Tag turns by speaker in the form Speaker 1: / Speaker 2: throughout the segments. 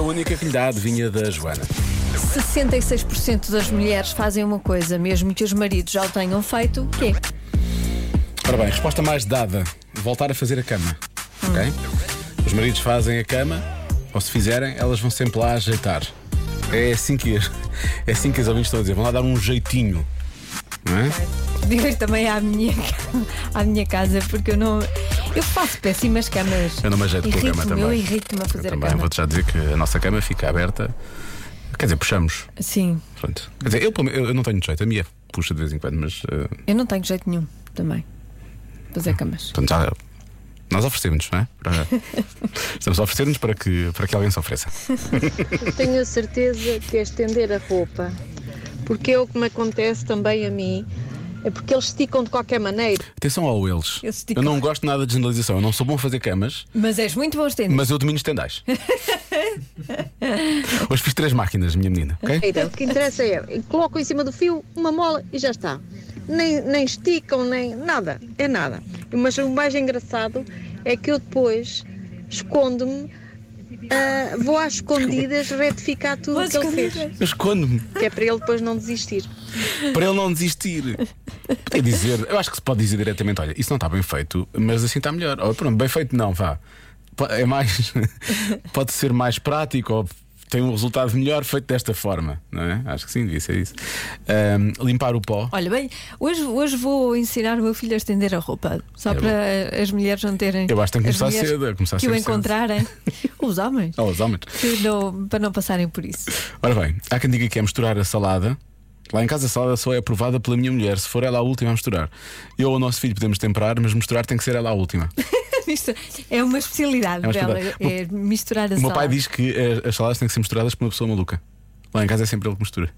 Speaker 1: única qualidade vinha da Joana.
Speaker 2: 66% das mulheres fazem uma coisa, mesmo que os maridos já o tenham feito, que é
Speaker 1: Ora bem, resposta mais dada: voltar a fazer a cama. Ok? Os maridos fazem a cama, ou se fizerem, elas vão sempre lá ajeitar. É assim que, as- é assim que as ouvintes estão a dizer: vão lá dar um jeitinho. Não é?
Speaker 2: vir também à minha, ca- à minha casa, porque eu não. Eu faço péssimas camas.
Speaker 1: Eu não me ajeito pela cama
Speaker 2: Irrito-me,
Speaker 1: também.
Speaker 2: Eu irrito-me a
Speaker 1: Eu
Speaker 2: fazer a
Speaker 1: também
Speaker 2: cama.
Speaker 1: vou-te já dizer que a nossa cama fica aberta. Quer dizer, puxamos.
Speaker 2: Sim,
Speaker 1: Pronto. Quer dizer, eu, pelo menos, eu não tenho jeito, a minha puxa de vez em quando, mas. eh,
Speaker 2: eu não tenho jeito nenhum também. Fazer camas.
Speaker 1: Portanto, já- nós oferecemos, não é? Para- Estamos a oferecer-nos para que, para que alguém se ofereça.
Speaker 3: Tenho a certeza que é estender a roupa, porque é o que me acontece também a mim, é porque eles esticam de qualquer maneira.
Speaker 1: Atenção ao eles.
Speaker 2: Eu estico.
Speaker 1: Eu não gosto nada de generalização. Eu não sou bom a fazer camas,
Speaker 2: Mas és muito bom estender.
Speaker 1: mas eu domino estendais. Hoje fiz três máquinas, minha menina, ok?
Speaker 3: Então, o que interessa é, colocam em cima do fio uma mola e já está. Nem, nem esticam, nem nada, é nada. Mas o mais engraçado é que eu depois escondo-me, ah, vou às escondidas retificar tudo o
Speaker 2: Mas
Speaker 3: que ele fez,
Speaker 2: escondidas.
Speaker 1: Eu escondo-me
Speaker 3: que é para ele depois não desistir.
Speaker 1: para ele não desistir. Podia dizer, eu acho que se pode dizer diretamente: olha, isso não está bem feito, mas assim está melhor. Ou pronto, bem feito não, vá. Po- É mais. pode ser mais prático ou tem um resultado melhor feito desta forma, não é? Acho que sim, devia ser isso. Ahm, limpar o pó.
Speaker 2: Olha, bem, hoje, hoje vou ensinar o meu filho a estender a roupa, só
Speaker 1: É bom.
Speaker 2: para as mulheres não terem.
Speaker 1: Eu acho que tem que
Speaker 2: as
Speaker 1: começar
Speaker 2: mulheres
Speaker 1: cedo, a começar
Speaker 2: Que o
Speaker 1: sempre cedo.
Speaker 2: encontrarem. Os homens.
Speaker 1: Oh, os homens.
Speaker 2: que não- para não passarem por isso.
Speaker 1: Ora bem, há quem diga que é misturar a salada. Lá em casa a salada só é aprovada pela minha mulher, se for ela a última a misturar. Eu ou o nosso filho podemos temperar, mas misturar tem que ser ela a última.
Speaker 2: Isto é uma especialidade
Speaker 1: É uma
Speaker 2: dela, é
Speaker 1: especialidade.
Speaker 2: misturar a
Speaker 1: o meu
Speaker 2: sala.
Speaker 1: pai diz que eh, as saladas têm que ser misturadas por uma pessoa maluca. Lá em casa é sempre ele que mistura.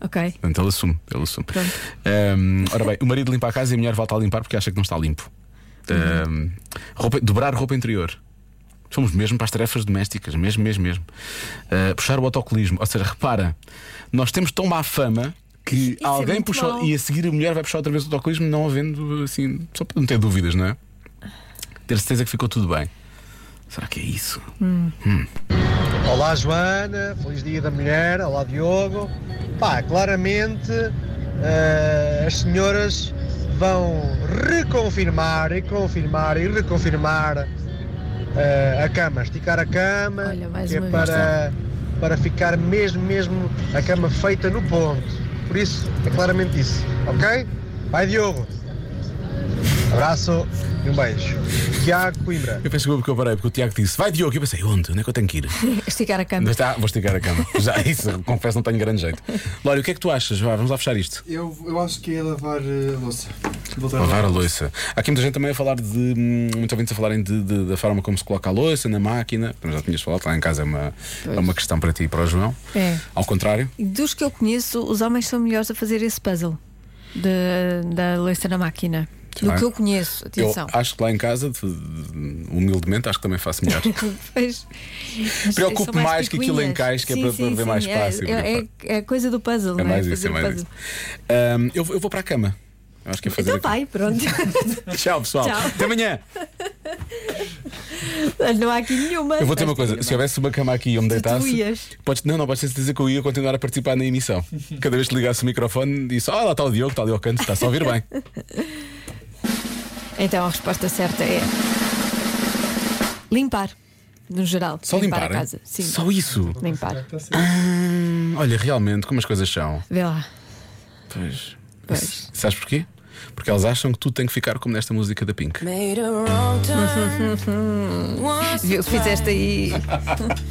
Speaker 2: Ok.
Speaker 1: Portanto, ele assume. Ele assume.
Speaker 2: Pronto.
Speaker 1: Ahm, ora bem, o marido limpa a casa e a mulher volta a limpar porque acha que não está limpo. Ahm, roupa- dobrar roupa interior. Somos mesmo para as tarefas domésticas, mesmo, mesmo, mesmo. Ah, puxar o autocolismo. Ou seja, repara, nós temos tão má fama que
Speaker 2: é
Speaker 1: alguém
Speaker 2: muito
Speaker 1: puxou
Speaker 2: mau.
Speaker 1: e a seguir a mulher vai puxar outra vez o autocolismo, não havendo assim, só para não ter dúvidas, não é? Ter certeza que ficou tudo bem. Será que é isso?
Speaker 4: Olá Joana, feliz dia da mulher, olá Diogo. Pá, claramente eh, as senhoras vão reconfirmar e confirmar e reconfirmar eh, a cama, esticar a cama,
Speaker 2: Olha, mais
Speaker 4: que é
Speaker 2: uma vez.
Speaker 4: para, para ficar mesmo, mesmo a cama feita no ponto. Por isso, é claramente isso, ok? Vai Diogo. Abraço e um beijo. Tiago Coimbra.
Speaker 1: Eu penso que eu parei, porque o Tiago disse: Vai Diogo, eu pensei, onde? Onde é que eu tenho que ir?
Speaker 2: Esticar a cama.
Speaker 1: Mas tá, vou esticar a cama. Já isso, confesso, não tenho grande jeito. Lório, o que é que tu achas? Vá, vamos lá fechar isto.
Speaker 5: Eu, eu acho que é lavar eh, a louça. Voltar
Speaker 1: Lavar a louça. Há aqui muita gente também a falar de. hum, Muitos ouvintes a falarem de, de- da forma como se coloca a louça na máquina. Mas já tinhas falado, lá em casa é uma, é uma questão para ti e para o João.
Speaker 2: É.
Speaker 1: Ao contrário.
Speaker 2: E Dos que eu conheço, os homens são melhores a fazer esse puzzle de- da louça na máquina.
Speaker 1: Sim,
Speaker 2: Do
Speaker 1: não é?
Speaker 2: que eu conheço, atenção.
Speaker 1: Eu Ah. acho que lá em casa, de- de- humildemente, acho que também faço melhor. É
Speaker 2: Pois.
Speaker 1: Preocupe
Speaker 2: São mais
Speaker 1: mais que aquilo
Speaker 2: picuinhas.
Speaker 1: encaixe, que é
Speaker 2: Sim,
Speaker 1: para-
Speaker 2: sim,
Speaker 1: para ver
Speaker 2: sim,
Speaker 1: mais
Speaker 2: é-
Speaker 1: fácil.
Speaker 2: É, é, é coisa do puzzle,
Speaker 1: É
Speaker 2: não é?
Speaker 1: mais isso,
Speaker 2: Fazer
Speaker 1: é
Speaker 2: o
Speaker 1: mais
Speaker 2: puzzle.
Speaker 1: isso. Hum, eu, vou- eu vou para a cama. Eu Acho que é fazer
Speaker 2: Então
Speaker 1: aqui.
Speaker 2: vai, pronto.
Speaker 1: Tchau, pessoal.
Speaker 2: Tchau.
Speaker 1: Até amanhã.
Speaker 2: não há aqui nenhuma.
Speaker 1: Eu vou dizer uma coisa: se houvesse uma cama aqui e eu me
Speaker 2: Tu- tu
Speaker 1: deitasse.
Speaker 2: ias.
Speaker 1: Podes, não, não, podes ter certeza que eu ia continuar a participar na emissão. Cada vez que ligasse o microfone, disse: Ah, lá está o Diogo, está ali ao canto, está-se a ouvir bem.
Speaker 2: Então a resposta certa é limpar, no geral.
Speaker 1: Só limpar,
Speaker 2: a
Speaker 1: hein?
Speaker 2: casa. Sim.
Speaker 1: Só isso.
Speaker 2: Limpar.
Speaker 1: Hum, Olha, realmente, como as coisas são.
Speaker 2: Vê lá.
Speaker 1: Pois.
Speaker 2: Pois.
Speaker 1: Sabes porquê? Porque elas acham que tudo tem que ficar como nesta música da Pink.
Speaker 6: Made a wrong turn. Once
Speaker 2: Viu, Fizeste aí